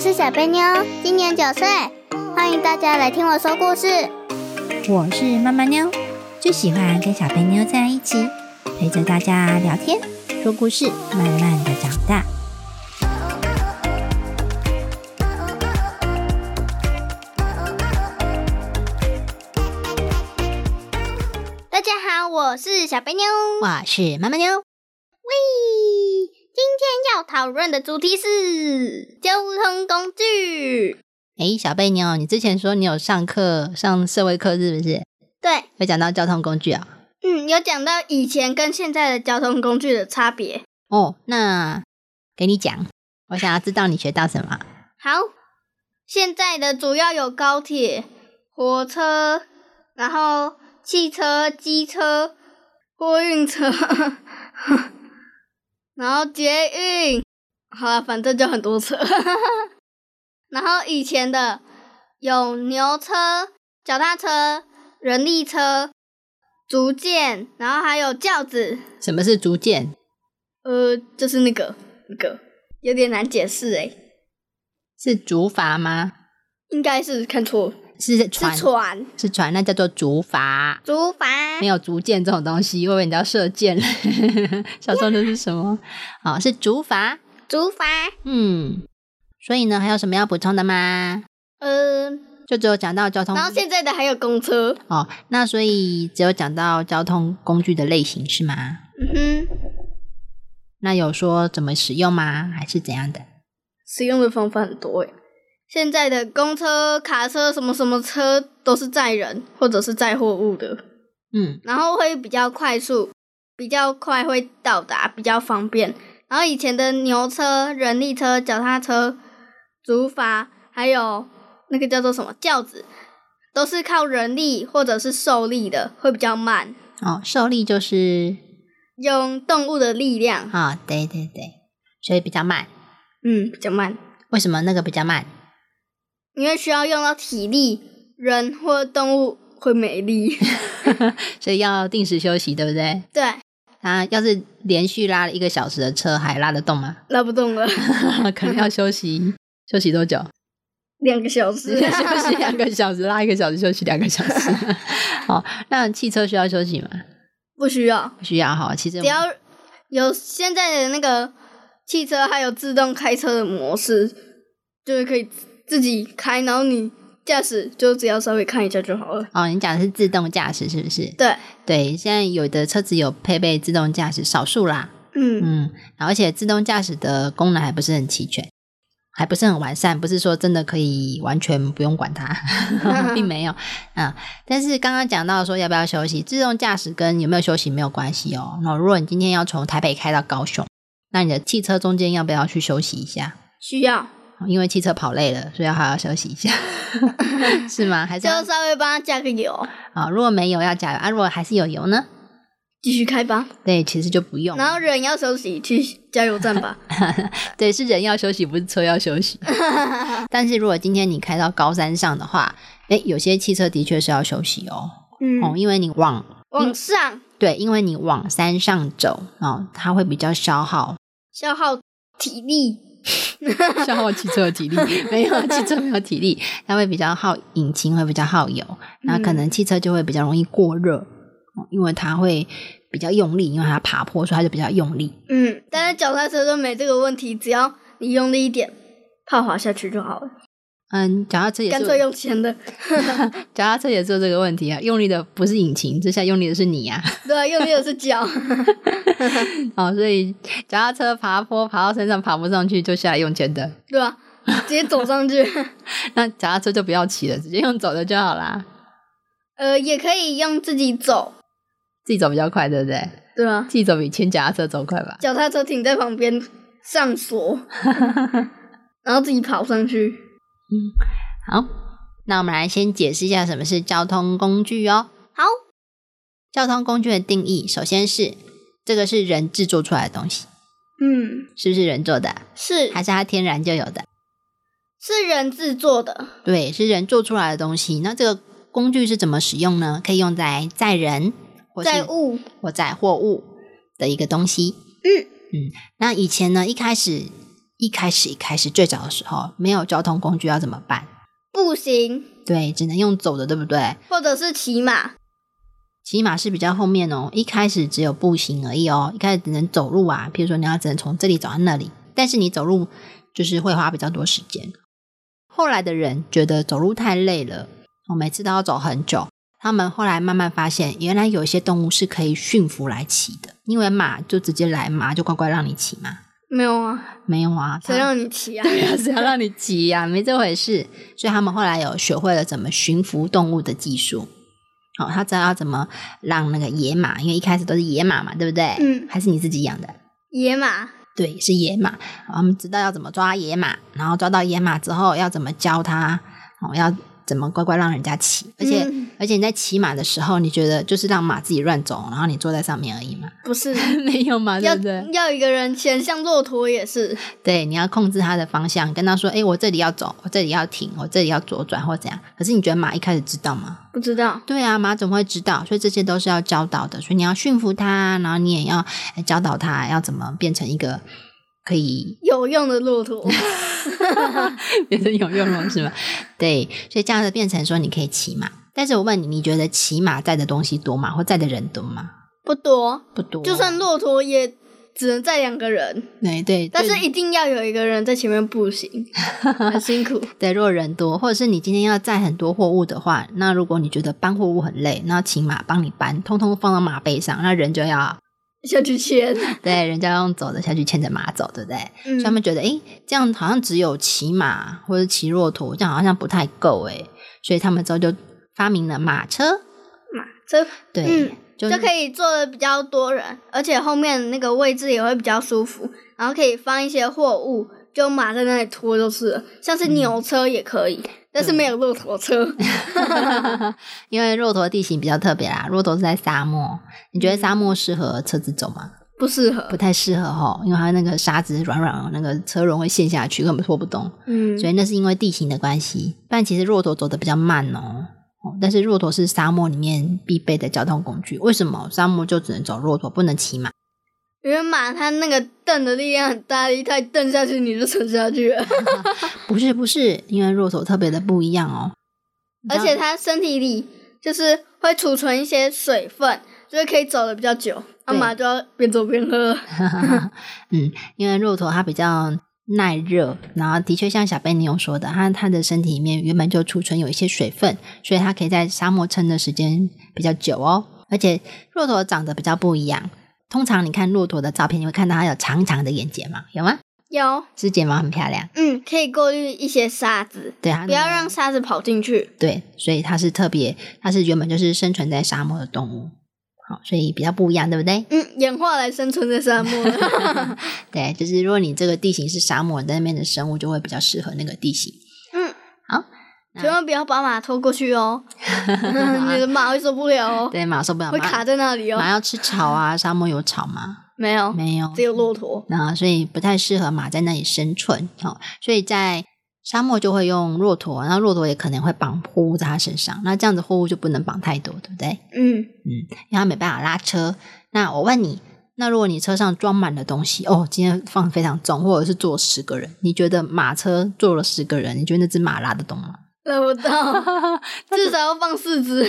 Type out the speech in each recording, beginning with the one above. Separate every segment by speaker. Speaker 1: 是小贝妞，今年九岁，欢迎大家来听我说故事。
Speaker 2: 我是妈妈妞，最喜欢跟小贝妞在一起，陪着大家聊天、说故事，慢慢的长大。
Speaker 1: 大家好，我是小贝妞。
Speaker 2: 我是妈妈妞，
Speaker 1: 喂，今天要讨论的主题是交通工具。
Speaker 2: 诶，哎小贝妞，你之前说你有上课上社会课是不是？
Speaker 1: 对，
Speaker 2: 有讲到交通工具啊？
Speaker 1: 嗯，有讲到以前跟现在的交通工具的差别。
Speaker 2: 哦，那给你讲，我想要知道你学到什么。
Speaker 1: 好，现在的主要有高铁、火车，然后汽车、机车、货运车， 然后捷运，好了，反正就很多车。 然后以前的有牛车、脚踏车、人力车、竹箭，然后还有轿子，
Speaker 2: 什么是竹箭？
Speaker 1: 呃，就是那个那个，有点难解释诶、
Speaker 2: 是竹筏吗？
Speaker 1: 应该是看错了。
Speaker 2: 是
Speaker 1: 是
Speaker 2: 船？
Speaker 1: 船，
Speaker 2: 是船，那叫做竹筏。
Speaker 1: 竹
Speaker 2: 没
Speaker 1: 筏，
Speaker 2: 有竹箭这种东西，会不会你叫射箭？ 小时候就是什么？好，是竹筏。
Speaker 1: 竹筏，
Speaker 2: 嗯，所以呢，还有什么要补充的吗？
Speaker 1: 嗯，
Speaker 2: 就只有讲到交通
Speaker 1: 然后现在的还有公车，
Speaker 2: 哦，那所以只有讲到交通工具的类型是吗？
Speaker 1: 嗯哼，
Speaker 2: 那有说怎么使用吗？还是怎样的？
Speaker 1: 使用的方法很多欸诶。现在的公车、卡车什么什么车都是载人或者是载货物的，
Speaker 2: 嗯，
Speaker 1: 然后会比较快速，比较快会到达，比较方便。然后以前的牛车、人力车、脚踏车、竹筏，还有那个叫做什么轿子，都是靠人力或者是受力的，会比较慢。
Speaker 2: 哦，受力就是
Speaker 1: 用动物的力量，
Speaker 2: 啊、对对对，所以比较慢。
Speaker 1: 嗯，比较慢，
Speaker 2: 为什么那个比较慢？
Speaker 1: 因为需要用到体力，人或动物会没 力。
Speaker 2: 所以要定时休息，对不对？
Speaker 1: 对，
Speaker 2: 啊，要是连续拉了一个小时的车，还拉得动吗？
Speaker 1: 拉不 动了，
Speaker 2: 可能要休息，休息多久？
Speaker 1: 两个小 时
Speaker 2: 只能休息两个小时，拉一个小时，休息两个 小时。好，那汽车需要休息吗？
Speaker 1: 不需要，
Speaker 2: 不需要哈，其实
Speaker 1: 只要有现在的那个汽车，还有自动开车的模式，就是可以自己开，然后你驾驶就只要稍微看一下就好了。
Speaker 2: 哦，你讲的是自动驾驶是不是？
Speaker 1: 对，
Speaker 2: 对，现在有的车子有配备自动驾驶，少数啦。
Speaker 1: 嗯，
Speaker 2: 嗯，然后而且自动驾驶的功能还不是很齐全，还不是很完善，不是说真的可以完全不用管它， 并没有。嗯，但是刚刚讲到说要不要休息，自动驾驶跟有没有休息没有关系哦。那如果你今天要从台北开到高雄，那你的汽车中间要不要去休息一下？
Speaker 1: 需要，
Speaker 2: 因为汽车跑累了，所以要好好休息一下， 是吗？还是
Speaker 1: 就
Speaker 2: 要
Speaker 1: 稍微帮它加个油，
Speaker 2: 啊、如果没有要加油啊，如果还是有油呢？
Speaker 1: 继续开吧。
Speaker 2: 对，其实就不用。
Speaker 1: 然后人要休息，去加油站 吧。
Speaker 2: 对，是人要休息，不是车要 休息。但是如果今天你开到高山上的话，诶，有些汽车的确是要休息哦，哦，
Speaker 1: 嗯，
Speaker 2: 因为你往
Speaker 1: 往上。
Speaker 2: 对，因为你往山上走哦，它会比较 消耗
Speaker 1: 消耗体力。
Speaker 2: 消耗汽车 的体力，没有汽车没有体力，它会比较耗引擎，会比较耗油，那可能汽车就会比较容易过热，哦因为它会比较用力，因为它爬坡，所以它就比较用力。
Speaker 1: 嗯，但是脚踏车都没这个问题，只要你用力一点，怕滑下去就好了。
Speaker 2: 嗯，脚踏车也是
Speaker 1: 干脆用钱的，
Speaker 2: 脚踏车也是有这个问题啊，用力的不是引擎，这下用力的是你呀、
Speaker 1: 对啊，用力的是脚。
Speaker 2: 哦，所以脚踏车爬坡爬到山上爬不上去，就下来用牵的。
Speaker 1: 对吧、直接走上去。
Speaker 2: 那脚踏车就不要骑了，直接用走的就好啦，
Speaker 1: 呃，也可以用自己走，
Speaker 2: 自己走比较快，对不对？
Speaker 1: 对啊，
Speaker 2: 自己走比牵脚踏车走快吧。
Speaker 1: 脚踏车停在旁边上 锁，然后自己跑上去。
Speaker 2: 好，那我们来先解释一下什么是交通工具哦。
Speaker 1: 好，
Speaker 2: 交通工具的定义，首先是这个是人制作出来的东西，
Speaker 1: 嗯，
Speaker 2: 是不是人做的，啊
Speaker 1: 是
Speaker 2: 还是它天然就有的？
Speaker 1: 是人制作的，
Speaker 2: 对，是人做出来的东西。那这个工具是怎么使用呢？可以用在载人，或是
Speaker 1: 载物，
Speaker 2: 或载货物的一个东西。
Speaker 1: 嗯
Speaker 2: 嗯，那以前呢，一开始一开始一开始最早的时候没有交通工具要怎么办？
Speaker 1: 步行
Speaker 2: 对，只能用走的，对不对？
Speaker 1: 或者是骑马，
Speaker 2: 骑马是比较后面哦，一开始只有步行而已哦，一开始只能走路啊。譬如说你要只能从这里走到那里，但是你走路就是会花比较多时间。后来的人觉得走路太累了，我每次都要走很久。他们后来慢慢发现，原来有一些动物是可以驯服来骑的，因为马就直接来，马就乖乖让你骑嘛。
Speaker 1: 没有啊，
Speaker 2: 没有啊，
Speaker 1: 谁
Speaker 2: 它
Speaker 1: 让你骑啊？
Speaker 2: 对呀、谁要让你急呀、没这回事。所以他们后来有学会了怎么驯服动物的技术。好、他知道要怎么让那个野马，因为一开始都是野马嘛，对不对？
Speaker 1: 嗯
Speaker 2: 还是你自己养的？
Speaker 1: 野马，
Speaker 2: 对，是野马。好他们知道要怎么抓野马，然后抓到野马之后要怎么教它，哦，要怎么乖乖让人家骑。而且、
Speaker 1: 嗯
Speaker 2: 而且你在骑马的时候，你觉得就是让马自己乱走，然后你坐在上面而已嘛？
Speaker 1: 不是
Speaker 2: 没有嘛，
Speaker 1: 要
Speaker 2: 啊对不对？
Speaker 1: 要一个人前像骆驼也是，
Speaker 2: 对，你要控制它的方向，跟它说：“哎、我这里要走，我这里要停，我这里要左转或怎样。”可是你觉得马一开始知道吗？
Speaker 1: 不知道
Speaker 2: 对啊，马怎么会知道？所以这些都是要教导的，所以你要驯服它，然后你也要哎教导它要怎么变成一个可以
Speaker 1: 有用的骆驼，
Speaker 2: 变成有用的是吗？对，所以这样子变成说你可以骑马。但是我问你，你觉得骑马载的东西多吗？或载的人多吗？
Speaker 1: 不多，
Speaker 2: 不多，
Speaker 1: 就算骆驼也只能载两个人，
Speaker 2: 对对，
Speaker 1: 但
Speaker 2: 就是
Speaker 1: 一定要有一个人在前面步行，很辛苦。
Speaker 2: 对，如果人多，或者是你今天要载很多货物的话，那如果你觉得搬货物很累，那请马帮你搬，通通放到马背上，那人就要
Speaker 1: 下去牵，
Speaker 2: 对，人家用走的下去牵着马走，对不对？所以他
Speaker 1: 嗯，
Speaker 2: 们觉得，诶，这样好像只有骑马或者骑骆驼，这样好像不太够诶，所以他们之后就发明了马车，
Speaker 1: 这
Speaker 2: 对，
Speaker 1: 嗯
Speaker 2: 就
Speaker 1: 就可
Speaker 2: 以
Speaker 1: 以坐的比较多人，而且后面那个位置也会比较舒服，然后可以放一些货物，就马在那里拖就是了，像是牛车也可以，但是没有骆驼车。
Speaker 2: 因为骆驼的地形比较特别啦，骆驼是在沙漠，
Speaker 1: 嗯
Speaker 2: 你觉得沙漠适合车子走吗？
Speaker 1: 不适合
Speaker 2: 不。太适合哈，因为它那个沙子软软，那个车轮会陷下去，根本拖不动。
Speaker 1: 嗯
Speaker 2: 所以那是因为地形的关系。但其实骆驼走的比较慢哦。哦但是骆驼是沙漠里面必备的交通工具，为什么沙漠就只能走骆驼，不能骑马？
Speaker 1: 因为马它那个蹬的力量很大，一太蹬下去你就沉下去 了，
Speaker 2: 不是不是，因为骆驼特别的不一样哦。
Speaker 1: 而且它身体里就是会储存一些水分，就是可以走的比较久。那、
Speaker 2: 对
Speaker 1: 马就要边走边喝，
Speaker 2: 嗯，因为骆驼它比较耐热，然后的确像小贝牛说的，它它的身体里面原本就储存有一些水分，所以它可以在沙漠撑的时间比较久哦。而且骆驼长得比较不一样，通常你看骆驼的照片，你会看到它有长长的眼睫毛，有吗？
Speaker 1: 有
Speaker 2: 是睫毛很漂亮，
Speaker 1: 嗯，可以过滤一些沙子，
Speaker 2: 对啊，
Speaker 1: 不要
Speaker 2: 那个
Speaker 1: 让沙子跑进去。
Speaker 2: 对，所以它是特别，它是原本就是生存在沙漠的动物，好，所以比较不一样，对不对？
Speaker 1: 嗯，演化来生存在沙 漠。
Speaker 2: 对，就是如果你这个地形是沙漠，那边的生物就会比较适合那个地形。
Speaker 1: 嗯，
Speaker 2: 好，
Speaker 1: 千万不要把马拖过去 哦，你的马会受不了 哦，
Speaker 2: 对，马受不了，
Speaker 1: 会
Speaker 2: 马
Speaker 1: 卡在那里
Speaker 2: 马
Speaker 1: 哦。
Speaker 2: 要吃草啊，沙漠有草吗？
Speaker 1: 没有，
Speaker 2: 没有，
Speaker 1: 只有骆驼。
Speaker 2: 那所以不太适合马在那里生存，哦，所以在沙漠就会用骆驼，然后骆驼也可能会绑货物在它身上，那这样子货物就不能绑太多，对不对？
Speaker 1: 嗯，
Speaker 2: 因为它没办法拉车。那我问你，那如果你车上装满了东西，哦，今天放非常重，或者是坐十个人，你觉得马车坐了十个人，你觉得那只马拉得动吗？
Speaker 1: 拉不到，至少要放四 只。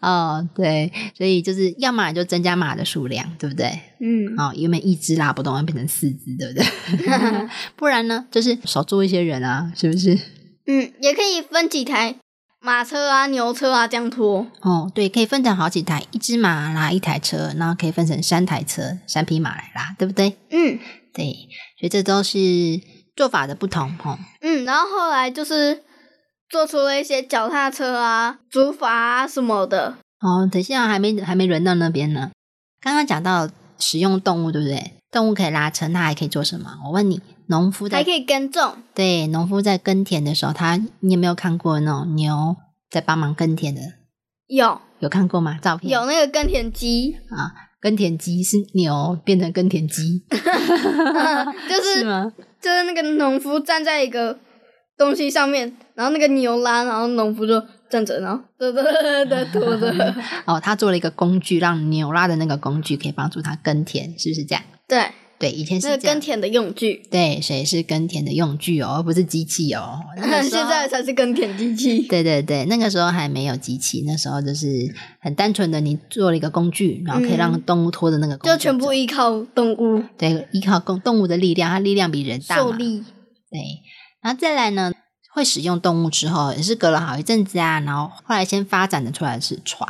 Speaker 2: 哦，对，所以就是要么你就增加马的数量，对不对？
Speaker 1: 嗯，
Speaker 2: 哦，原本一只拉不动，要变成四只，对不 对？不然呢，就是少坐一些人啊，是不是？
Speaker 1: 嗯，也可以分几台马车啊、牛车啊这样拖。
Speaker 2: 哦，对，可以分成好几台，一只马拉一台车，然后可以分成三台车，三匹马来拉，对不对？
Speaker 1: 嗯
Speaker 2: 对，所以这都是做法的不同哦。
Speaker 1: 嗯，然后后来就是做出了一些脚踏车啊、竹筏啊什么的。
Speaker 2: 哦，等一下还没还没轮到那边呢。刚刚讲到使用动物，对不对？动物可以拉车，那还可以做什么？我问你，农夫
Speaker 1: 还
Speaker 2: 在
Speaker 1: 可以耕种，
Speaker 2: 对农夫在耕田的时候，他你有没有看过那种牛在帮忙耕田的？
Speaker 1: 有
Speaker 2: 有看过吗？照片
Speaker 1: 有那个耕田 机，
Speaker 2: 啊，耕田机是牛变成耕田机，
Speaker 1: 就是
Speaker 2: 吗？
Speaker 1: 就是那个农夫站在一个东西上面，然后那个牛拉，然后农夫就站着，然后嘚嘚嘚嘚拖着。
Speaker 2: 哦，他做了一个工具，让牛拉的那个工具可以帮助他耕田，是不是这样？
Speaker 1: 对，
Speaker 2: 对，以前
Speaker 1: 那
Speaker 2: 是
Speaker 1: 个
Speaker 2: 这样
Speaker 1: 耕。田的用具，
Speaker 2: 对，所以是耕田的用具哦，而不 是机 器哦。那个时候
Speaker 1: 现在才是耕田机器。
Speaker 2: 对对对，那个时候还没有机器，那时候就是很单纯的，你做了一个工具，然后可以让
Speaker 1: 嗯
Speaker 2: 动物拖着那个工具
Speaker 1: 就
Speaker 2: 走，
Speaker 1: 全部依靠动物
Speaker 2: 对依靠动动物的力量，它力量比人大
Speaker 1: 受
Speaker 2: 嘛，
Speaker 1: 力，
Speaker 2: 对，然后再来呢，会使用动物之后，也是隔了好一阵子啊，然后后来先发展的出来是船。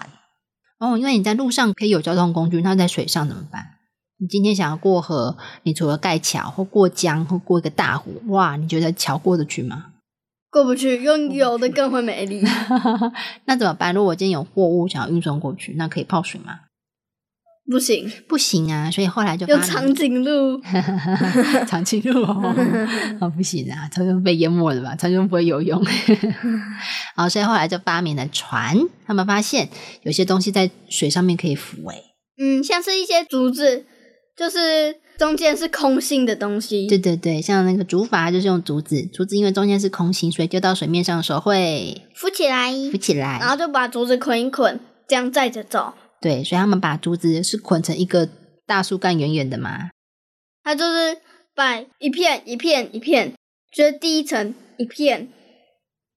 Speaker 2: 哦，因为你在路上可以有交通工具，那在水上怎么办？你今天想要过河，你除了盖桥或过江或过一个大湖，哇，你觉得桥过得去吗？
Speaker 1: 过不去，用油的更会没力。
Speaker 2: 那怎么办？如果我今天有货物想要运送过去，那可以泡水吗？
Speaker 1: 不行，
Speaker 2: 不行 啊，所以后来就
Speaker 1: 用
Speaker 2: 发
Speaker 1: 长
Speaker 2: 明
Speaker 1: 颈鹿，
Speaker 2: 长颈鹿哦，哦不行啊，长颈鹿被淹没了吧？长颈鹿不会游泳， 好，所以后来就发明了船。他们发现有些东西在水上面可以浮、欸，
Speaker 1: 嗯，像是一些竹子，就是中间是空心的东西，
Speaker 2: 对对对，像那个竹筏就是用竹子，竹子因为中间是空心，所以丢到水面上的时候会
Speaker 1: 浮起来，
Speaker 2: 浮起
Speaker 1: 然
Speaker 2: 来。
Speaker 1: 后就把竹子捆一捆，这样载着走。
Speaker 2: 对，所以他们把竹子是捆成一个大树干，远远的嘛。
Speaker 1: 它就是把一片一片一片，就是第一层一片，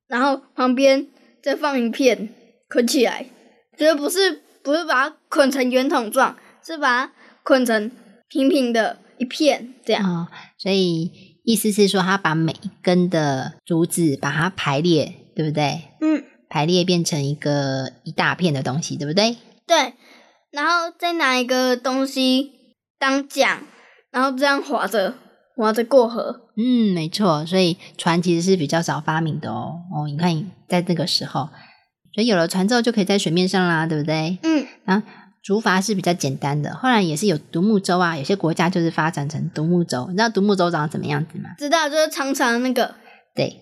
Speaker 1: 然后旁边再放一片捆起来，就是不是不是把它捆成圆筒状，是把它捆成平平的一片这样。
Speaker 2: 哦，所以意思是说，他把每一根的竹子把它排列，对不对？
Speaker 1: 嗯，
Speaker 2: 排列变成一个一大片的东西，对不对？
Speaker 1: 对，然后再拿一个东西当桨，然后这样划着划着过河。
Speaker 2: 嗯，没错。所以船其实是比较少发明的哦。哦，你看，在那个时候，所以有了船之后，就可以在水面上啦，对不对？
Speaker 1: 嗯，
Speaker 2: 然后竹筏是比较简单的，后来也是有独木舟啊，有些国家就是发展成独木舟。你知道独木舟长什么样子吗？
Speaker 1: 知道就是长长的那个，
Speaker 2: 对。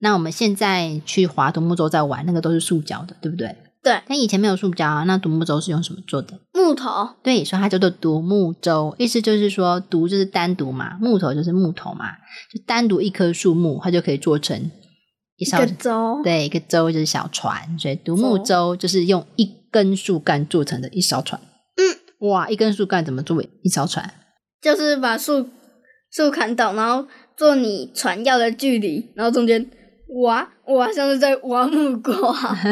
Speaker 2: 那我们现在去划独木舟在玩，那个都是塑胶的，对不对？
Speaker 1: 对，
Speaker 2: 但以前没有塑胶啊，那独木舟是用什么做的？
Speaker 1: 木头，
Speaker 2: 对，所以它叫做独木舟，意思就是说，独就是单独嘛，木头就是木头嘛，就单独一棵树木，它就可以做成一
Speaker 1: 一
Speaker 2: 艘
Speaker 1: 个舟，
Speaker 2: 对一个舟就是小船，所以独木舟就是用一根树干做成的一艘船。嗯，哇，一根树干怎么做一艘船？
Speaker 1: 就是把树树砍倒，然后做你船要的距离，然后中间挖挖，像是在挖木瓜，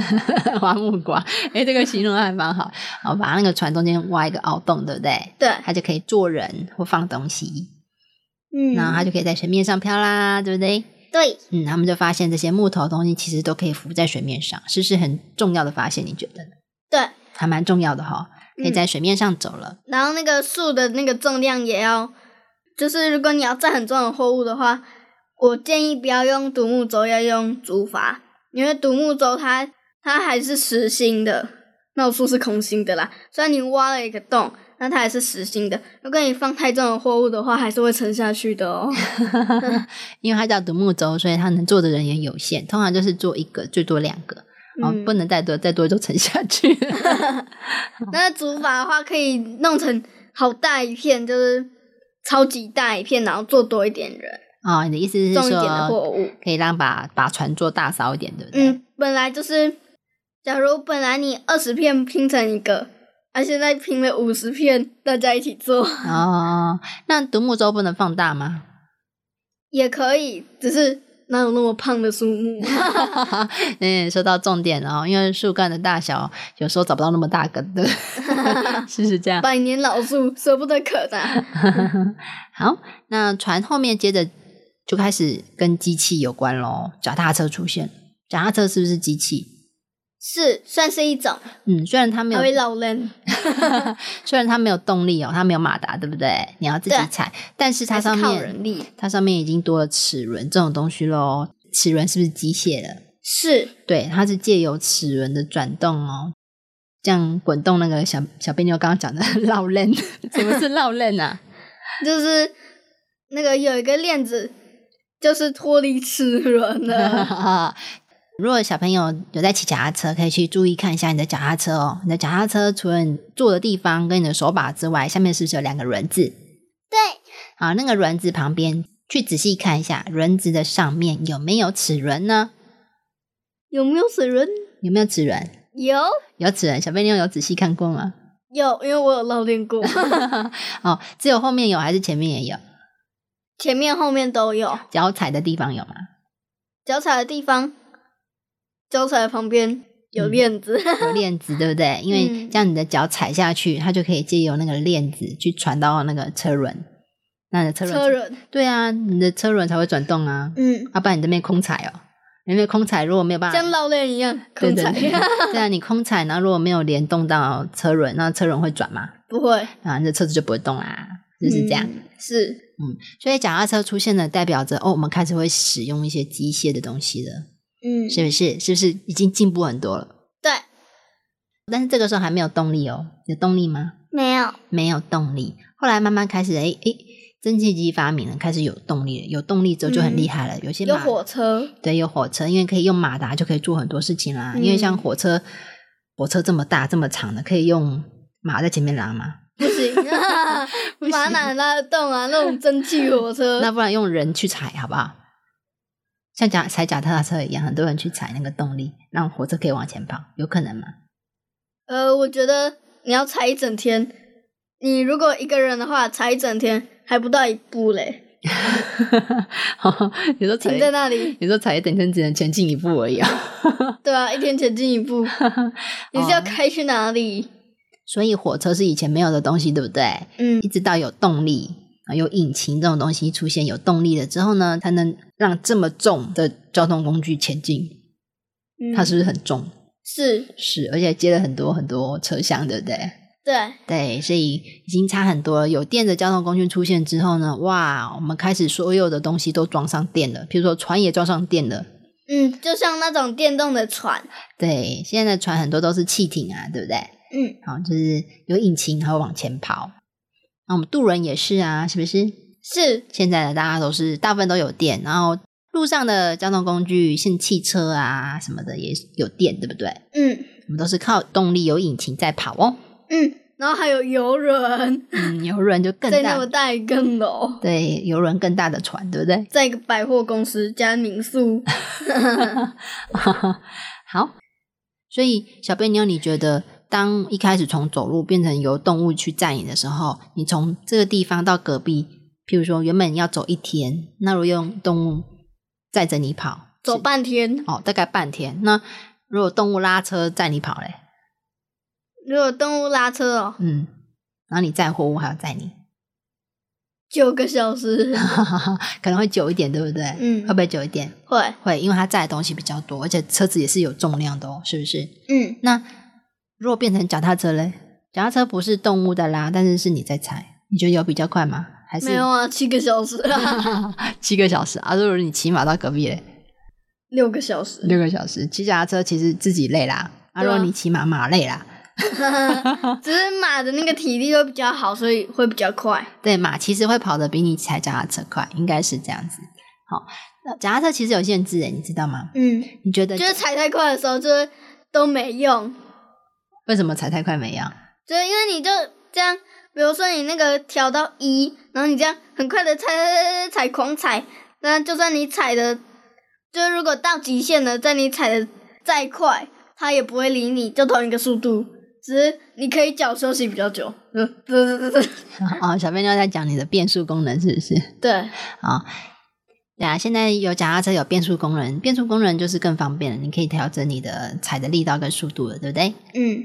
Speaker 2: 挖木瓜，哎，这个形容还蛮好。好，把那个船中间挖一个凹洞，对不对？
Speaker 1: 对，
Speaker 2: 它就可以坐人或放东西，
Speaker 1: 嗯，
Speaker 2: 然后它就可以在水面上飘啦，对不对？
Speaker 1: 对，
Speaker 2: 嗯，他们就发现这些木头的东西其实都可以浮在水面上，是不是很重要的发现？你觉得呢？
Speaker 1: 对，
Speaker 2: 还蛮重要的哈、可以
Speaker 1: 嗯
Speaker 2: 在水面上走了。
Speaker 1: 然后那个树的那个重量也要，就是如果你要载很重的货物的话，我建议不要用独木舟，要用竹筏，因为独木舟它它还是实心的，那我说是空心的啦。虽然你挖了一个洞，那它还是实心的。如果你放太重的货物的话，还是会沉下去的哦。
Speaker 2: 因为它叫独木舟，所以它能坐的人也有限，通常就是坐一个，最多两个，哦，
Speaker 1: 嗯
Speaker 2: 不能再多，再多就沉下 去。
Speaker 1: 那竹筏的话，可以弄成好大一片，就是超级大一片，然后坐多一点人，
Speaker 2: 哦，你的意思是
Speaker 1: 重一点的
Speaker 2: 说，
Speaker 1: 货物。
Speaker 2: 可以让把把船做大艘一点，对不对？
Speaker 1: 嗯，本来就是，假如本来你二十片拼成一个，啊，现在拼了五十片，大家一起做
Speaker 2: 哦，那独木舟不能放大吗？
Speaker 1: 也可以，只是哪有那么胖的树木？
Speaker 2: 嗯，说到重点了哦，因为树干的大小有时候找不到那么大 根的，是不是这 样？
Speaker 1: 百年老树舍不得砍呐、
Speaker 2: 好，那船后面接着就开始跟机器有关喽，脚踏车出现了。脚踏车是不是机器？
Speaker 1: 是算是一种，
Speaker 2: 嗯，虽然它没
Speaker 1: 还会
Speaker 2: 有，
Speaker 1: 老人，
Speaker 2: 虽然它没有动力哦，它没有马达，对不对？你要自己
Speaker 1: 对啊
Speaker 2: 踩，但是它
Speaker 1: 还是
Speaker 2: 上
Speaker 1: 靠
Speaker 2: 面
Speaker 1: 人力。
Speaker 2: 它上面已经多了齿轮这种东西喽。齿轮是不是机械了？
Speaker 1: 是，
Speaker 2: 对，它是借由齿轮的转动哦，这样滚动那个小小贝妞刚刚讲的 绕链，什么是绕链啊？
Speaker 1: 就是那个有一个链子，就是脱离齿轮 的。
Speaker 2: 如果小朋友有在骑脚踏车，可以去注意看一下你的脚踏车哦。你的脚踏车除了你坐的地方跟你的手把之外，下面是不是有两个轮子？对，好，那个轮子旁边去仔细看一下，轮子的上面有没有齿轮呢？
Speaker 1: 有没有齿轮？
Speaker 2: 有没有齿轮？
Speaker 1: 有，
Speaker 2: 有齿轮，小贝妞有仔细看过吗？
Speaker 1: 有，因为我有漏练过，
Speaker 2: 哦，只有后面有还是前面也有？
Speaker 1: 前面后面都有。
Speaker 2: 脚踩的地方有吗？
Speaker 1: 脚踩的地方，脚踩的旁边有链子，
Speaker 2: 嗯有链子，对不对？因为
Speaker 1: 嗯
Speaker 2: 这样你的脚踩下去，它就可以借由那个链子去传到那个车轮，那你的车轮
Speaker 1: 车轮。
Speaker 2: 对啊，你的车轮才会转动啊，
Speaker 1: 嗯，
Speaker 2: 要、不然你这边空踩哦，你那边空踩如果没有办法
Speaker 1: 像绕链一样，
Speaker 2: 啊对
Speaker 1: 空
Speaker 2: 对
Speaker 1: 踩
Speaker 2: 对对啊，你空踩，然后如果没有联动到车轮，那车轮会转嘛，
Speaker 1: 不会，
Speaker 2: 啊，你的车子就不会动啦，就是这样。
Speaker 1: 嗯是，
Speaker 2: 所以脚踏车出现了，代表着哦，我们开始会使用一些机械的东西了，
Speaker 1: 嗯，
Speaker 2: 是不是？是不是已经进步很多了？
Speaker 1: 对，
Speaker 2: 但是这个时候还没有动力哦，有动力吗？
Speaker 1: 没有，
Speaker 2: 没有动力。后来慢慢开始，哎哎，蒸汽机发明了，开始有动力了。有动力之后就很厉害了，有些
Speaker 1: 嗯有
Speaker 2: 马
Speaker 1: 火车，
Speaker 2: 对，有火车，因为可以用马达就可以做很多事情啦。因为像
Speaker 1: 嗯
Speaker 2: 火车，火车这么大这么长的，可以用马在前面拉嘛？
Speaker 1: 不 行，马哪拉得动啊？那种蒸汽火车，
Speaker 2: 那不然用人去踩好不好？像脚踩脚踏车一样，很多人去踩那个动力，让火车可以往前跑，有可能吗？
Speaker 1: 呃，我觉得你要踩一整天，你如果一个人的话，踩一整天还不到一步嘞，
Speaker 2: 有时候踩
Speaker 1: 停，在那里，
Speaker 2: 有时候踩一等天只能前进一步而已啊。
Speaker 1: 对啊，一天前进一 步，你是
Speaker 2: 哦
Speaker 1: 要开去哪里？
Speaker 2: 所以火车是以前没有的东西，对不对？
Speaker 1: 嗯
Speaker 2: 一直到有动力、啊有引擎这种东西出现，有动力了之后呢，才能让这么重的交通工具前进。
Speaker 1: 嗯
Speaker 2: 它是不是很重？
Speaker 1: 是，
Speaker 2: 是，而且接了很多很多车厢，对不对？
Speaker 1: 对，
Speaker 2: 对，所以已经差很多了。有电的交通工具出现之后呢，哇，我们开始所有的东西都装上电了，比如说船也装上电了。
Speaker 1: 嗯，就像那种电动的船，
Speaker 2: 对，现在的船很多都是汽艇啊，对不对？
Speaker 1: 嗯，
Speaker 2: 好，就是有引擎，它会往前跑。那我们渡人也是啊，是不是？
Speaker 1: 是，
Speaker 2: 现在的大家都是大部分都有电，然后路上的交通工具，像汽车啊什么的也有电，对不对？
Speaker 1: 嗯
Speaker 2: 我们都是靠动力有引擎在跑哦。
Speaker 1: 嗯，然后还有游轮，
Speaker 2: 嗯，游轮就更
Speaker 1: 在那
Speaker 2: 大
Speaker 1: 么，大一个楼，
Speaker 2: 对，游轮更大的船，对不对？
Speaker 1: 在一个百货公司加民宿，
Speaker 2: 好，所以小贝妞，你觉得当一开始从走路变成由动物去占领的时候，你从这个地方到隔壁，譬如说原本要走一天，那如果用动物载着你跑，
Speaker 1: 走半天。
Speaker 2: 哦，大概半天。那如果动物拉车载你跑嘞，
Speaker 1: 如果动物拉车哦，
Speaker 2: 嗯，然后你载货物还要载你，
Speaker 1: 九个小时，
Speaker 2: 可能会久一点，对不对？
Speaker 1: 嗯
Speaker 2: 会不会久一点？
Speaker 1: 会，
Speaker 2: 会，因为它载的东西比较多，而且车子也是有重量的哦，是不是？
Speaker 1: 嗯，
Speaker 2: 那如果变成脚踏车嘞，脚踏车不是动物在拉，但是是你在踩，你觉得有比较快吗？还是
Speaker 1: 没有啊，七个小时 啊，
Speaker 2: 七个小时啊？如果你骑马到隔壁嘞，
Speaker 1: 嗯六个小时，
Speaker 2: 六个 小时，骑脚踏车其实自己累啦，啊，
Speaker 1: 对
Speaker 2: 如
Speaker 1: 啊
Speaker 2: 果你骑马马累啦，
Speaker 1: 只是马的那个体力会比较好，所以会比较快。
Speaker 2: 对，马其实会跑得比你踩脚踏车快，应该是这样子。好，那脚踏车其实有限制诶，你知道吗？
Speaker 1: 嗯，
Speaker 2: 你觉得
Speaker 1: 就是踩太快的时候，就是都没用，
Speaker 2: 为什么踩太快没 有？
Speaker 1: 就是因为你就这样，比如说你那个调到一，然后你这样很快的踩踩踩踩狂踩，那就算你踩的，就是如果到极限了，在你踩的再快，它也不会理你，就同一个速度，只是你可以脚休息比较久。
Speaker 2: 哦，小贝妞在讲你的变速功能是不是？
Speaker 1: 对，
Speaker 2: 啊、对啊，现在有脚踏车有变速功能，变速功能就是更方便了，你可以调整你的踩的力道跟速度了，对不对？
Speaker 1: 嗯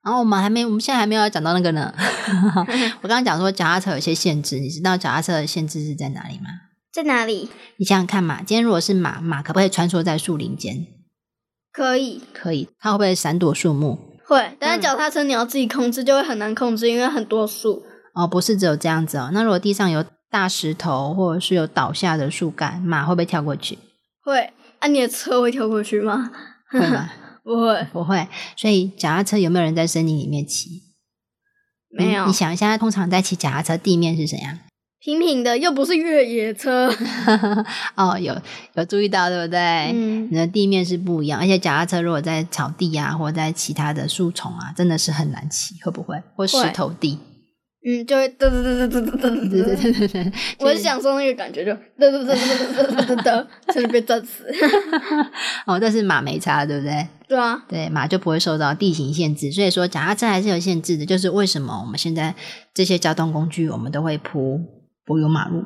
Speaker 2: 然后我们还没，我们现在还没有要讲到那个呢。 我刚刚讲说脚踏车有些限制，你知道脚踏车的限制是在哪里吗？，
Speaker 1: 在哪里？
Speaker 2: 你想想看嘛，今天如果是马，马可不可以穿梭在树林间？
Speaker 1: 可以
Speaker 2: 可以，它会不会闪躲树木？
Speaker 1: 会，但
Speaker 2: 嗯
Speaker 1: 是脚踏车你要自己控制，就会很难控制，因为很多树。
Speaker 2: 哦，不是只有这样子哦。那如果地上有大石头，或者是有倒下的树干，马会不会跳过 去？
Speaker 1: 会，啊，你的车会跳过去吗？
Speaker 2: 会吗？
Speaker 1: 不会，
Speaker 2: 不会。所以脚踏车有没有人在森林里面骑？嗯
Speaker 1: 没有
Speaker 2: 你。你想一下，通常在骑脚踏车，地面是怎样？
Speaker 1: 平平的，又不是越野车。
Speaker 2: 哦，有有注意到对不对？
Speaker 1: 嗯
Speaker 2: 你的地面是不一样，而且脚踏车如果在草地啊，或者在其他的树丛啊，真的是很难骑，会不会？或石头地，
Speaker 1: 嗯，就会嘚嘚嘚嘚嘚嘚
Speaker 2: 对
Speaker 1: 嘚
Speaker 2: 对
Speaker 1: 嘚。
Speaker 2: 对对对，
Speaker 1: 我是享受那个感觉，就嘚嘚嘚嘚嘚嘚嘚嘚，差点被震死。
Speaker 2: 哦，但是马没差，对不对？
Speaker 1: 对啊，
Speaker 2: 对，马就不会受到地形限制，所以说脚踏车还是有限制的。就是为什么我们现在这些交通工具，我们都会铺柏油马路，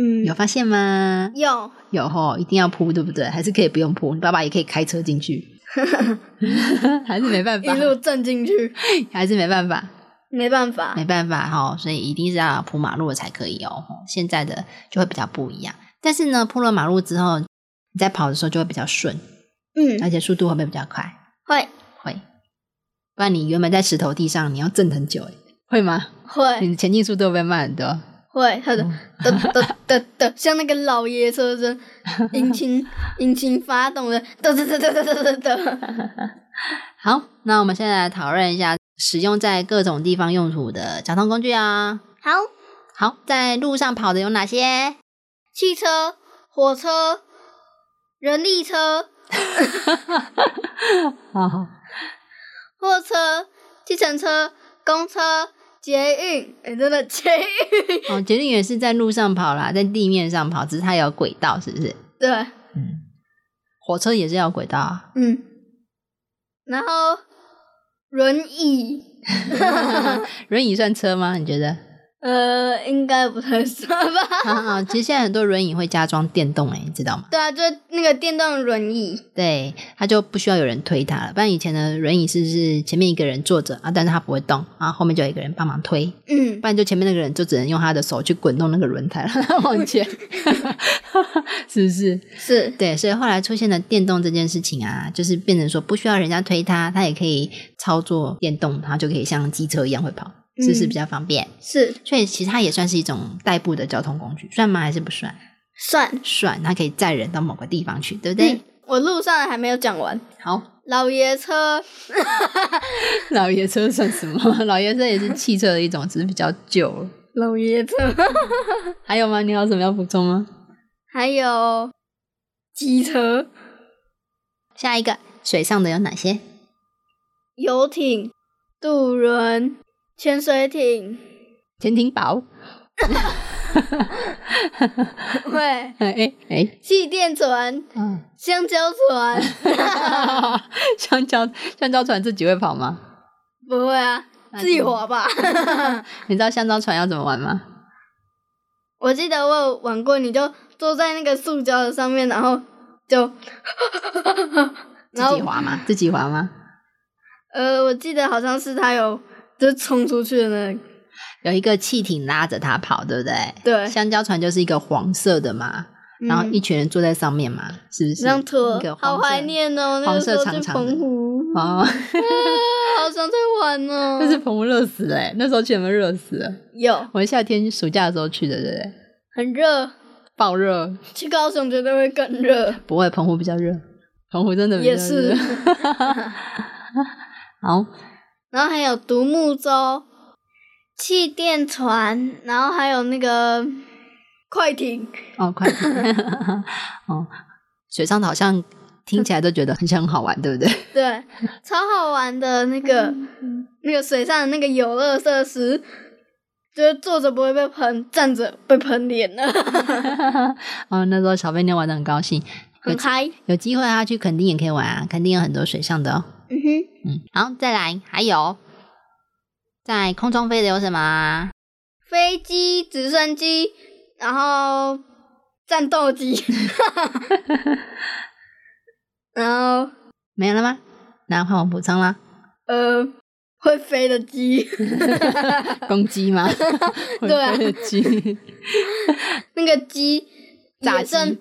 Speaker 1: 嗯，
Speaker 2: 有发现吗？
Speaker 1: 有
Speaker 2: 有吼，一定要铺，对不对？还是可以不用铺，你爸爸也可以开车 进去，还是没办
Speaker 1: 一
Speaker 2: 法，
Speaker 1: 路震进去，
Speaker 2: 还是没办法，
Speaker 1: 没办法
Speaker 2: 没。办法哈、所以一定是要铺马路的才可以哦。吼现在的就会比较不一样，但是呢，铺了马路之后，你在跑的时候就会比较顺，
Speaker 1: 嗯，
Speaker 2: 而且速度会不会比较快？
Speaker 1: 会
Speaker 2: 会，不然你原本在石头地上，你要震很久，诶欸会吗？
Speaker 1: 会
Speaker 2: 你的前进速度会不会慢很多？
Speaker 1: 会，他的
Speaker 2: 哦
Speaker 1: 嘚嘚嘚嘚，像那个老爷车声，引 擎引擎发动的嘚嘚嘚嘚嘚嘚嘚。
Speaker 2: 好，那我们现在来讨论一下使用在各种地方用途的交通工具啊、
Speaker 1: 好，
Speaker 2: 好，在路上跑的有哪些？
Speaker 1: 汽车、火车、人力车、哦
Speaker 2: 好，
Speaker 1: 货车、计程车、公车、捷运，哎，真的捷运，
Speaker 2: 哦，捷运也是在路上跑啦，在地面上跑，只是它有轨道，是不是？
Speaker 1: 对，
Speaker 2: 火车也是要有轨道啊。
Speaker 1: 嗯，然后轮椅，
Speaker 2: 轮椅算车吗？你觉得？
Speaker 1: 呃，应该不太算吧。
Speaker 2: 啊啊，其实现在很多轮椅会加装电动、欸，你知道吗？
Speaker 1: 对啊，就是那个电动轮椅，
Speaker 2: 对，它就不需要有人推它了。不然以前的轮椅是是前面一个人坐着啊，但是它不会动啊，后面就有一个人帮忙推。
Speaker 1: 嗯
Speaker 2: 不，然就前面那个人就只能用他的手去滚动那个轮胎，让它 往前，是不是？
Speaker 1: 是，
Speaker 2: 对，所以后来出现了电动这件事情啊，就是变成说不需要人家推它，它也可以操作电动，它就可以像机车一样会跑，是不是
Speaker 1: 嗯
Speaker 2: 比较方便？
Speaker 1: 是
Speaker 2: 所以其实它也算是一种代步的交通工具，算吗？还是不算？
Speaker 1: 算。
Speaker 2: 算，它可以载人到某个地方去，对不对？
Speaker 1: 嗯我路上还没有讲完，
Speaker 2: 好，
Speaker 1: 老爷车，
Speaker 2: 老爷车算什么？ 老爷车也是汽车的一种，只是比较旧了。
Speaker 1: 老爷车，
Speaker 2: 还有吗？你还有什么要补充吗？
Speaker 1: 还有机车、
Speaker 2: 下一个，水上的有哪些？
Speaker 1: 游艇、渡轮、潜水艇，
Speaker 2: 潜艇堡。
Speaker 1: 对，
Speaker 2: 哎哎哎，
Speaker 1: 气垫船、
Speaker 2: 嗯，
Speaker 1: 香蕉船，
Speaker 2: 香蕉香蕉船自己会跑吗？
Speaker 1: 不会啊， 自己滑吧。
Speaker 2: 你知道香蕉船要怎么玩吗？
Speaker 1: 我记得我有玩过，你就坐在那个塑胶的上面，然后就
Speaker 2: 自
Speaker 1: 然后
Speaker 2: 己滑吗？自己滑吗？
Speaker 1: 呃，我记得好像是他有就是冲出去的那个，
Speaker 2: 有一个汽艇拉着它跑，对不对？
Speaker 1: 对
Speaker 2: 香蕉船就是一个黄色的嘛，然后
Speaker 1: 嗯
Speaker 2: 一群人坐在上面嘛，是不是？
Speaker 1: 这样拖
Speaker 2: 一个，黄
Speaker 1: 好
Speaker 2: 色
Speaker 1: 怀念哦，那
Speaker 2: 黄
Speaker 1: 个时
Speaker 2: 色
Speaker 1: 候
Speaker 2: 长
Speaker 1: 去
Speaker 2: 长的
Speaker 1: 澎湖，
Speaker 2: 哦，
Speaker 1: 啊 好想再玩哦。
Speaker 2: 但是澎湖热死了欸，那时候去有没有热死了？
Speaker 1: 有
Speaker 2: 我夏天暑假的时候去的，对不对？
Speaker 1: 很热，
Speaker 2: 爆热，
Speaker 1: 去高雄绝对会更热。
Speaker 2: 不会，澎湖比较热，澎湖真的比较
Speaker 1: 也
Speaker 2: 热。
Speaker 1: 是
Speaker 2: 好，
Speaker 1: 然后还有独木舟、气垫船，然后还有那个快艇，
Speaker 2: 哦，快点，哦，水上的好像听起来都觉得很像很好玩，对不 对？
Speaker 1: 对，超好玩的那个
Speaker 2: 嗯
Speaker 1: 那个水上的那个游乐设施，就是坐着不会被喷，站着被喷脸了，
Speaker 2: 哦，那时候小飞妞玩 的很高兴，
Speaker 1: 很嗨。
Speaker 2: 有机会啊，去垦丁也可以玩啊，垦丁有很多水上的哦。
Speaker 1: 嗯哼，
Speaker 2: 嗯，好，再来，还有在空中飞的有什么啊？
Speaker 1: 飞机、直升机，然后战斗 机，然后
Speaker 2: 没有了吗？那换我补充啦，
Speaker 1: 呃会飞的鸡，
Speaker 2: 公鸡 吗？
Speaker 1: 对啊
Speaker 2: 会飞的鸡。
Speaker 1: 那个鸡。
Speaker 2: 炸
Speaker 1: 野生，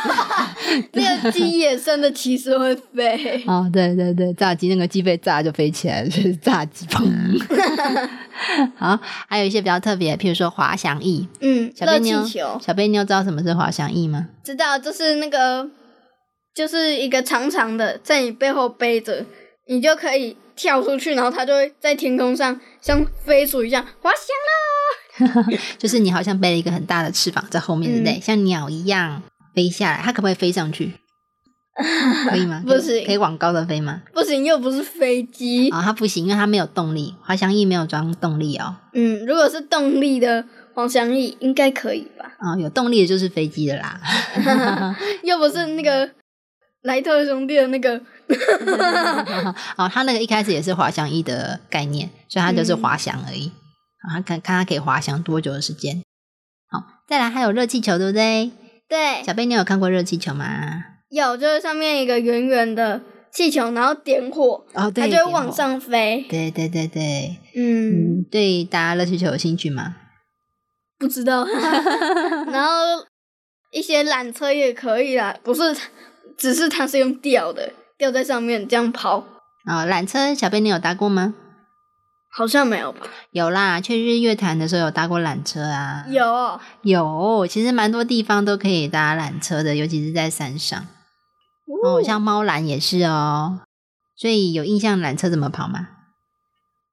Speaker 1: 那个鸡野生的其实会飞，
Speaker 2: 哦，对对对，炸鸡那个鸡被炸就飞起来了， 就是炸鸡砰。好，还有一些比较特别，譬如说滑翔翼，
Speaker 1: 嗯，
Speaker 2: 小
Speaker 1: 热
Speaker 2: 贝
Speaker 1: 气
Speaker 2: 妞
Speaker 1: 球，
Speaker 2: 小贝妞知道什么是滑翔翼吗？
Speaker 1: 知道，就是那个，就是一个长长的，在你背后背着，你就可以跳出去，然后它就会在天空上像飞鼠一样滑翔啦。
Speaker 2: 就是你好像背了嗯 一个很大的翅膀在后面，对不对？像鸟一样飞下来，它可不可以飞上去？可以吗？
Speaker 1: 不行
Speaker 2: 可以往高的飞 吗？
Speaker 1: 不行，又不是飞机。
Speaker 2: 啊、它不行，因为它没有动力，滑翔翼没有装动力哦。
Speaker 1: 嗯，如果是动力的黄翔翼，应该可以吧？
Speaker 2: 啊、有动力的就是飞机的啦。
Speaker 1: 又不是那个莱特兄弟的那个，
Speaker 2: 哦，它那个一开始也是滑翔翼的概念，所以它就是滑翔而已。啊、它看看它可以滑翔多久的时间。好，再来还有热气球，对不对？
Speaker 1: 对，
Speaker 2: 小贝，你有看过热气球吗？
Speaker 1: 有就是上面一个圆圆的气球，然后点火，它
Speaker 2: 哦，
Speaker 1: 就会
Speaker 2: 对，点
Speaker 1: 往
Speaker 2: 火。
Speaker 1: 上飞。
Speaker 2: 对对对对，
Speaker 1: 嗯，
Speaker 2: 嗯，对，大家热气球有兴趣吗？
Speaker 1: 不知道。然后一些缆车也可以啦，不是，只是它是用吊的，吊在上面这样跑，
Speaker 2: 哦，缆车，小贝，你有搭过吗？
Speaker 1: 好像没有吧？
Speaker 2: 有啦，去日月潭的时候有搭过缆车啊。
Speaker 1: 有哦，
Speaker 2: 有，其实蛮多地方都可以搭缆车的，尤其是在山上。哦，像猫缆也是哦。所以有印象缆车怎么跑吗？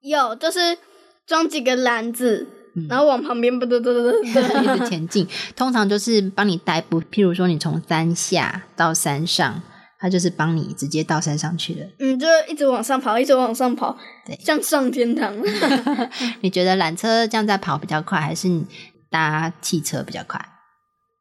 Speaker 1: 有就是装几个篮子，
Speaker 2: 嗯
Speaker 1: 然后往旁边啵嘚嘚嘚嘚嘚。
Speaker 2: 一直前进，通常就是帮你代步。譬如说，你从山下到山上，它就是帮你直接到山上去了。
Speaker 1: 嗯，就是一直往上跑，一直往上跑
Speaker 2: 对，
Speaker 1: 像上天堂。
Speaker 2: 你觉得缆车这样在跑比较快，还是你搭汽车比较快？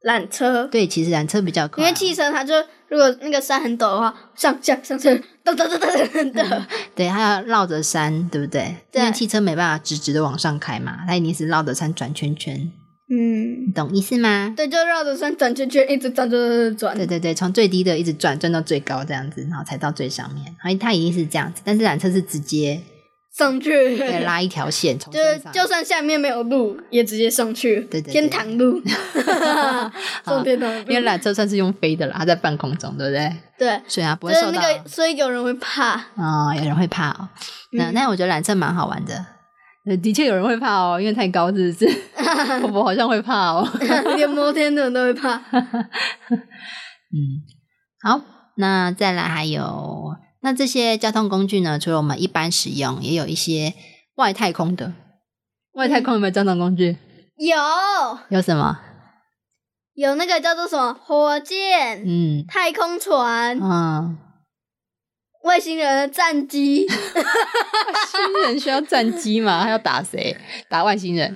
Speaker 1: 缆车，
Speaker 2: 对，其实缆车比较快
Speaker 1: 因
Speaker 2: 哦，
Speaker 1: 为汽车它就如果那个山很陡的话，上下上下，噔噔噔噔噔噔。
Speaker 2: 对它要绕着山，对不对？
Speaker 1: 对
Speaker 2: 因为汽车没办法直直的往上开嘛，它一定是绕着山转圈圈，
Speaker 1: 嗯，
Speaker 2: 你懂意思吗？
Speaker 1: 对，就绕着山转圈圈，一直转转转转
Speaker 2: 对
Speaker 1: 转。
Speaker 2: 对对，从最低的一直转转到最高这样子，然后才到最上面。然后它一定是这样子，但是缆车是直接
Speaker 1: 上去，
Speaker 2: 对拉一条线从
Speaker 1: 就
Speaker 2: 山上
Speaker 1: 就算下面没有路，也直接上去。
Speaker 2: 对对对
Speaker 1: 天堂 路，上天堂
Speaker 2: 因为
Speaker 1: 路。
Speaker 2: 缆车算是用飞的啦，它在半空中，对不对？
Speaker 1: 对，
Speaker 2: 所以啊它不
Speaker 1: 就
Speaker 2: 会
Speaker 1: 是
Speaker 2: 受到。
Speaker 1: 那个，所以有人会怕。
Speaker 2: 哦，有人会怕哦。那、
Speaker 1: 嗯
Speaker 2: 那我觉得缆车蛮好玩的，呃的确有人会怕哦，因为太高是不是？婆婆好像会怕哦。
Speaker 1: 连摩天轮都会怕。
Speaker 2: 嗯，好，那再来还有，那这些交通工具呢，除了我们一般使用，也有一些外太空的。外太空有没有交通工具？
Speaker 1: 有
Speaker 2: 有什么？
Speaker 1: 有那个叫做什么火箭、
Speaker 2: 嗯
Speaker 1: 太空船、
Speaker 2: 嗯，
Speaker 1: 外星人的战 机，
Speaker 2: 星人需要战机吗？还要打谁？打外星 人？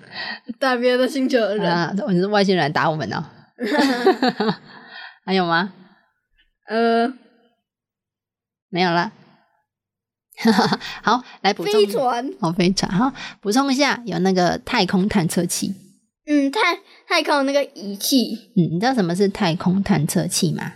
Speaker 1: 打别的星球的人。
Speaker 2: 啊，你是外星人来打我们哦。还有吗？
Speaker 1: 呃，
Speaker 2: 没有了。 好，来 补充
Speaker 1: 飞船，
Speaker 2: 哦，飞船哈，补充一下，有那个太空探测器。
Speaker 1: 嗯，太太空那个仪器，
Speaker 2: 嗯，你知道什么是太空探测器吗？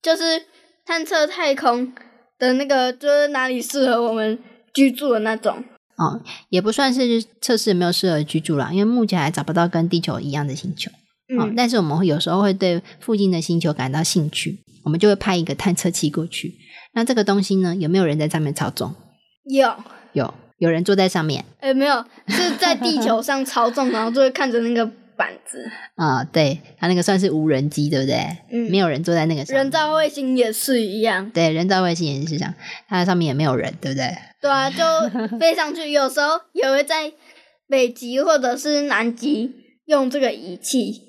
Speaker 1: 就是探测太空的那个，就是哪里适合我们居住的那种。
Speaker 2: 哦，也不算是测试有没有适合居住啦，因为目前还找不到跟地球一样的星球。哦，
Speaker 1: 嗯，
Speaker 2: 但是我们会有时候会对附近的星球感到兴趣，我们就会派一个探测器过去。那这个东西呢，有没有人在上面操纵？
Speaker 1: 有，
Speaker 2: 有，有人坐在上面。
Speaker 1: 哎、没有，是在地 球上操纵，然后就会看着那个板子。
Speaker 2: 啊、对，它那个算是无人机，对不对？
Speaker 1: 嗯
Speaker 2: 没有人坐在那个上面
Speaker 1: 人造卫星也是一样，
Speaker 2: 对人造卫星也是这样，它上面也没有人，对不对？
Speaker 1: 对啊， 就飞上去，有时候也会在北极或者是南极用这个仪器。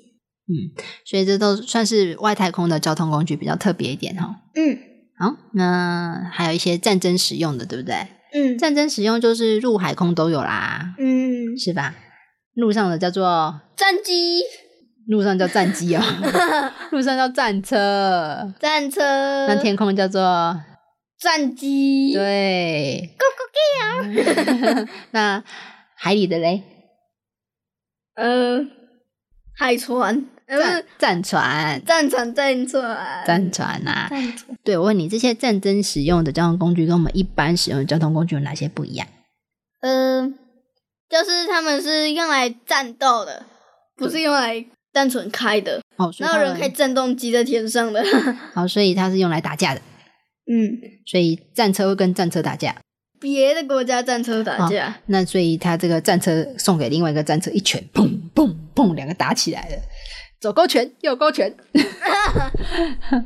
Speaker 2: 所以这都算是外太空的交通工具，比较特别一点哈、
Speaker 1: 嗯
Speaker 2: 好，那还有一些战争使用的，对不对？
Speaker 1: 嗯
Speaker 2: 战争使用就是陆海空都有啦，
Speaker 1: 嗯，
Speaker 2: 是吧？陆上的叫做
Speaker 1: 战机、
Speaker 2: 陆上叫战机哦，陆上叫战车，
Speaker 1: 战车、
Speaker 2: 那天空叫做
Speaker 1: 战机、
Speaker 2: 对那海里的嘞，
Speaker 1: 呃，海船，呃，不
Speaker 2: 战
Speaker 1: 是
Speaker 2: 战船，
Speaker 1: 战船、战船、
Speaker 2: 战船啊。
Speaker 1: 战船。
Speaker 2: 对，我问你，这些战争使用的交通工具跟我们一般使用的交通工具有哪些不一样？
Speaker 1: 呃，就是他们是用来战斗的，不是用来单纯开的。
Speaker 2: 哦，所以
Speaker 1: 哪
Speaker 2: 它
Speaker 1: 有人开战斗机在天上的？
Speaker 2: 好，所以它是用来打架的，
Speaker 1: 嗯，
Speaker 2: 所以战车会跟战车打架。
Speaker 1: 别的国家战车打架，
Speaker 2: 那所以他这个战车送给另外一个战车一拳，砰砰砰，两个打起来了，左勾拳，右勾拳，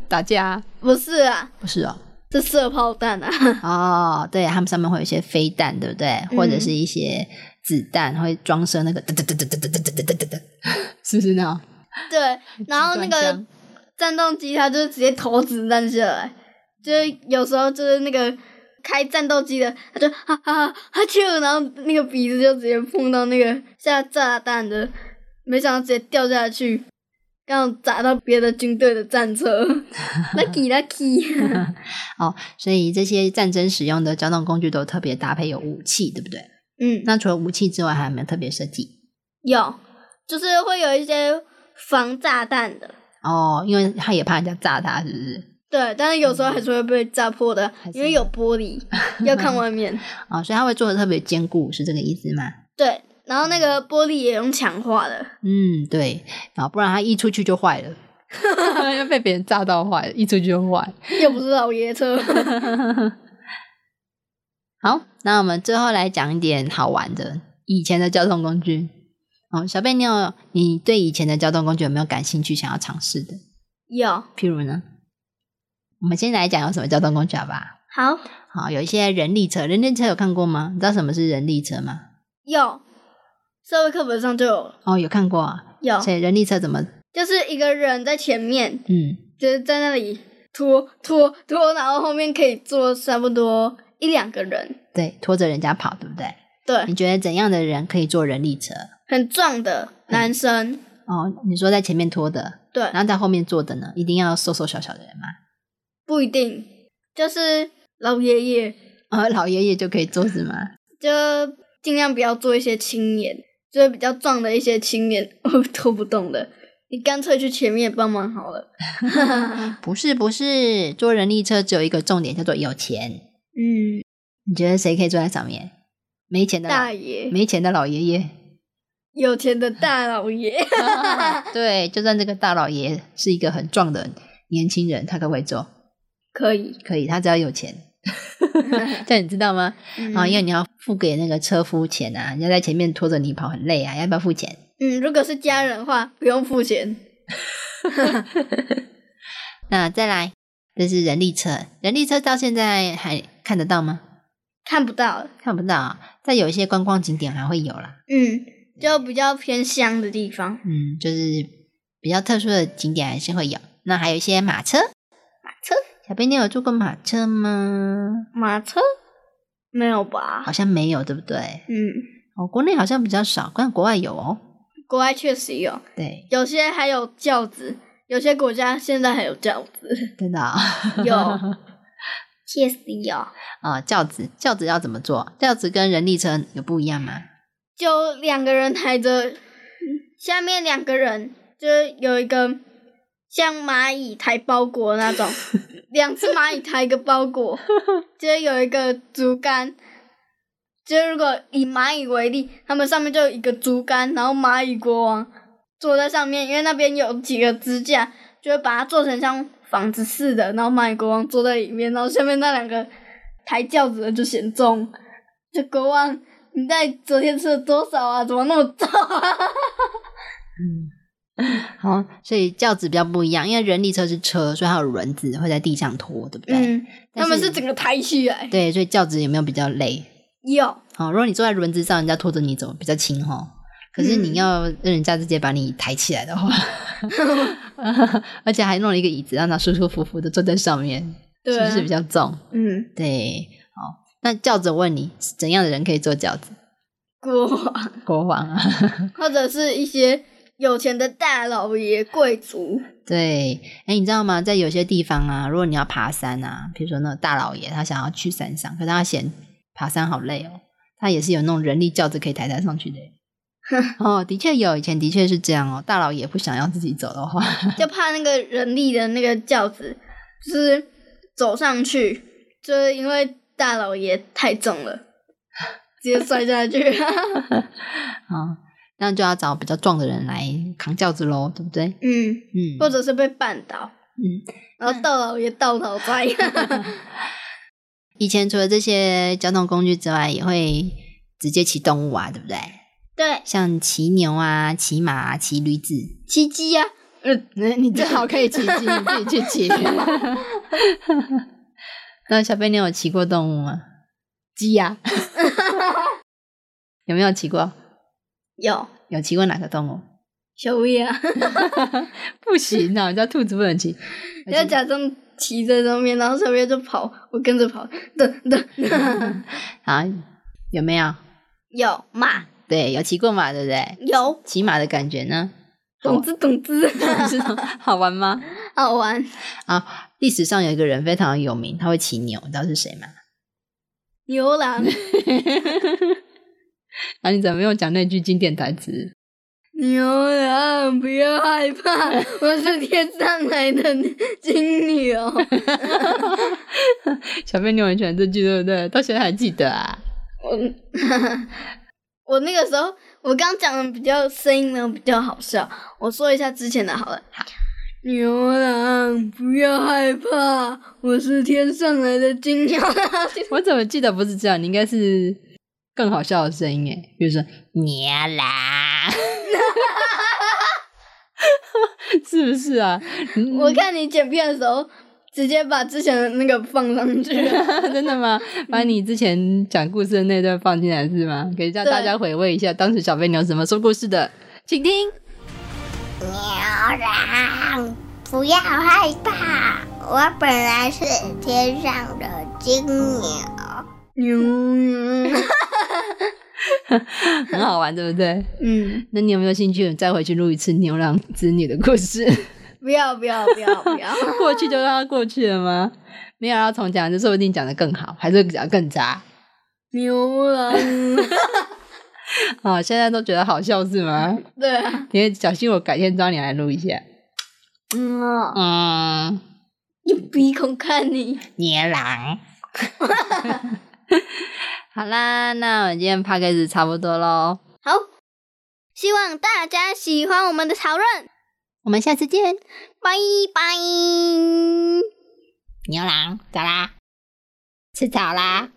Speaker 2: 打架啊
Speaker 1: 不是啊，
Speaker 2: 不是哦？
Speaker 1: 这射炮弹啊。
Speaker 2: 哦，对，他们上面会有一些飞弹，对不对？或者是一些子弹会装设那个哒哒哒哒哒哒哒哒哒哒哒，是不是那种？
Speaker 1: 对，然后那
Speaker 2: 机关
Speaker 1: 个
Speaker 2: 枪
Speaker 1: 战斗机它就是直接投子弹下来，就是有时候就是那个开战斗机的，它就哈哈哈哈啾，然后那个鼻子就直接碰到那个下炸弹的，没想到直接掉下去，刚好砸到别的军队的战 车，lucky lucky，
Speaker 2: 哦，所以这些战争使用的交通工具都特别搭配有武器，对不对？
Speaker 1: 嗯，
Speaker 2: 那除了武器之外，还有没有特别设计？
Speaker 1: 有，就是会有一些防炸弹的。
Speaker 2: 哦，因为他也怕人家炸他，是不是？
Speaker 1: 对，但是有时候还是会被炸破的，
Speaker 2: 还是
Speaker 1: 因为有玻璃，要看外面。
Speaker 2: 哦，所以他会做的特别坚固，是这个意思吗？
Speaker 1: 对，然后那个玻璃也用强化的，
Speaker 2: 嗯，对，啊，不然他一出去就坏了， 要被别人炸到坏了，一出去就坏。
Speaker 1: 又不是老爷车。
Speaker 2: 好，那我们最后来讲一点好玩的，以前的交通工具。哦，小贝，你有你对以前的交通工具有没有感兴趣，想要尝试的？
Speaker 1: 有，
Speaker 2: 譬如呢，我们先来讲有什么交通工具好吧？
Speaker 1: 好，
Speaker 2: 好，有一些人力车，人力车有看过吗？你知道什么是人力车吗？
Speaker 1: 有，社会课本上就有了，
Speaker 2: 哦，有看过啊。
Speaker 1: 有，
Speaker 2: 所以人力车怎么？
Speaker 1: 就是一个人在前面，
Speaker 2: 嗯，
Speaker 1: 就是在那里拖拖拖，然后后面可以坐差不多一两个人，
Speaker 2: 对，拖着人家跑，对不对？
Speaker 1: 对，
Speaker 2: 你觉得怎样的人可以坐人力车？
Speaker 1: 很壮的男生，
Speaker 2: 哦，你说在前面拖的，
Speaker 1: 对，
Speaker 2: 然后在后面坐的呢，一定要瘦瘦小小的人吗？
Speaker 1: 不一定，就是老爷爷
Speaker 2: 呃，老爷爷就可以坐是吗？
Speaker 1: 就尽量不要做一些青年，就是比较壮的一些青年， 我拖不动的。你干脆去前面帮忙好了。
Speaker 2: 不是不是，坐人力车只有一个重点，叫做有钱。
Speaker 1: 嗯，
Speaker 2: 你觉得谁可以坐在上面？没钱的老
Speaker 1: 大爷，
Speaker 2: 没钱的老爷爷。
Speaker 1: 有钱的大老爷，
Speaker 2: 对，就算这个大老爷是一个很壮的年轻人，他可不可以坐？
Speaker 1: 可 以。
Speaker 2: 可以，他只要有钱。这样你知道吗？
Speaker 1: 嗯
Speaker 2: 啊、因为你要付给那个车夫钱啊，人家在前面拖着你跑很累啊，要不要付钱？
Speaker 1: 嗯，如果是家人的话，不用付钱。
Speaker 2: 那再来，这是人力车，人力车到现在还看得到吗？
Speaker 1: 看不到了，
Speaker 2: 看不到啊，在有一些观光景点还会有啦。
Speaker 1: 嗯，就比较偏乡的地方，
Speaker 2: 嗯，就是比较特殊的景点还是会有。那还有一些马车，马
Speaker 1: 车，
Speaker 2: 小贝，你有坐过马车吗？
Speaker 1: 马车没有吧
Speaker 2: 好？像没有，对不对？
Speaker 1: 嗯，
Speaker 2: 哦，国内好像比较少，但国外有哦。
Speaker 1: 国外确实有，
Speaker 2: 对，
Speaker 1: 有些还有轿子，有些国家现在还有轿子，
Speaker 2: 真的啊、
Speaker 1: 有，确实有，
Speaker 2: 啊、轿子，轿子要怎么做？轿子跟人力车有不一样吗？
Speaker 1: 就两个人抬着，下面两个人就是有一个像蚂蚁抬包裹那种，两只蚂蚁抬一个包裹，就是有一个竹竿。就是如果以蚂蚁为例，他们上面就有一个竹竿，然后蚂蚁国王坐在上面，因为那边有几个支架，就会把它做成像房子似的，然后蚂蚁国王坐在里面，然后下面那两个抬轿子的就嫌重，就国王你在昨天吃了多少啊？怎么那么重啊？哦
Speaker 2: 好，哦所以轿子比较不一样，因为人力车是车，所以它有轮子会在地上拖，对不对？
Speaker 1: 嗯，
Speaker 2: 但
Speaker 1: 他们是整个抬起来。
Speaker 2: 对，所以轿子有没有比较累？
Speaker 1: 有，
Speaker 2: 哦，如果你坐在轮子上，人家拖着你走比较轻哦。可是你
Speaker 1: 嗯
Speaker 2: 要让人家直接把你抬起来的 话，而且还弄了一个椅子，让他舒舒服服的坐在上面，
Speaker 1: 对
Speaker 2: 是
Speaker 1: 啊，
Speaker 2: 不是比较重？
Speaker 1: 嗯，
Speaker 2: 对，哦，那轿子我问你，怎样的人可以坐轿子？
Speaker 1: 国
Speaker 2: 国王啊，
Speaker 1: 或者是一些有钱的大老爷、贵族。
Speaker 2: 对，哎，你知道吗？在有些地方啊，如果你要爬山啊，比如说那个大老爷他想要去山上，可他嫌爬山好累哦，他也是有那种人力轿子可以抬抬上去的耶。哦，的确有，以前的确是这样哦。大老爷不想要自己走的话，
Speaker 1: 就怕那个人力的那个轿子，就是走上去，就是因为大老爷太重了，直接摔下去。
Speaker 2: 哦，那就要找比较壮的人来扛轿子喽，对不对？
Speaker 1: 嗯，
Speaker 2: 嗯，
Speaker 1: 或者是被绊倒，
Speaker 2: 嗯，
Speaker 1: 然后大老爷倒倒 栽。
Speaker 2: 以前除了这些交通工具之外，也会直接骑动物啊，对不对？
Speaker 1: 对，
Speaker 2: 像骑牛啊、骑马、啊、骑驴子，
Speaker 1: 奇迹呀、
Speaker 2: 嗯，你最好可以骑机，你自己去骑。 那小贝，你有骑过动物吗？鸡呀、 有没有骑过？
Speaker 1: 有
Speaker 2: 有骑过哪个动物？
Speaker 1: 小啊乌鸦，
Speaker 2: 不行啊！你知道兔子不能骑，而
Speaker 1: 要
Speaker 2: 且
Speaker 1: 假装骑在上面，然后小乌鸦就跑，我跟着跑，噔噔，
Speaker 2: 啊，有没有？
Speaker 1: 有马
Speaker 2: 对，有骑过马，对不对？
Speaker 1: 有，
Speaker 2: 骑马的感觉呢？好
Speaker 1: 懂之懂之，
Speaker 2: 是吗 好玩吗？
Speaker 1: 好玩。
Speaker 2: 啊，历史上有一个人非常有名，他会骑牛，你知道是谁吗？
Speaker 1: 牛郎，
Speaker 2: 啊，你怎么没有讲那句经典台词？
Speaker 1: 牛郎，不要害怕，我是天上来的金牛。
Speaker 2: 小贝，你有很喜欢这句，对不对？到现在还记得啊？
Speaker 1: 我我那个时候，我刚讲的比较声音呢比较好笑，我说一下之前的好了。牛郎，不要害怕，我是天上来的金牛。
Speaker 2: 我怎么记得不是这样？你应该是更好笑的声音诶，比如说牛啦， 是不是啊？ 嗯
Speaker 1: 我看你剪片的时候，直接把之前的那个放上 去了。
Speaker 2: 真的吗？把你之前讲故事的那段放进来是吗？可以让大家回味一下当时小飞牛怎么说故事的，请听。
Speaker 3: 牛郎，不要害怕，我本来是天上的金牛。
Speaker 1: 牛郎，
Speaker 2: 很好玩，对不对？
Speaker 1: 嗯，
Speaker 2: 那你有没有兴趣再回去录一次牛郎织女的故 事？
Speaker 1: 不要不要不要不要，
Speaker 2: 过去就让它过去了吗？没有要重讲，就说不定讲的更好，还是讲得更渣。
Speaker 1: 牛郎，
Speaker 2: 哦，现在都觉得好笑是吗？
Speaker 1: 对啊，
Speaker 2: 因为小心我改天找你来录一下。
Speaker 1: 嗯哦，
Speaker 2: 嗯，
Speaker 1: 用鼻孔看你，
Speaker 2: 牛郎。 好啦，那我们今天 p a c a s 差不多喽，
Speaker 1: 好，希望大家喜欢我们的讨论，
Speaker 2: 我们下次见，
Speaker 1: 拜拜。
Speaker 2: 牛郎，走啦，吃草啦。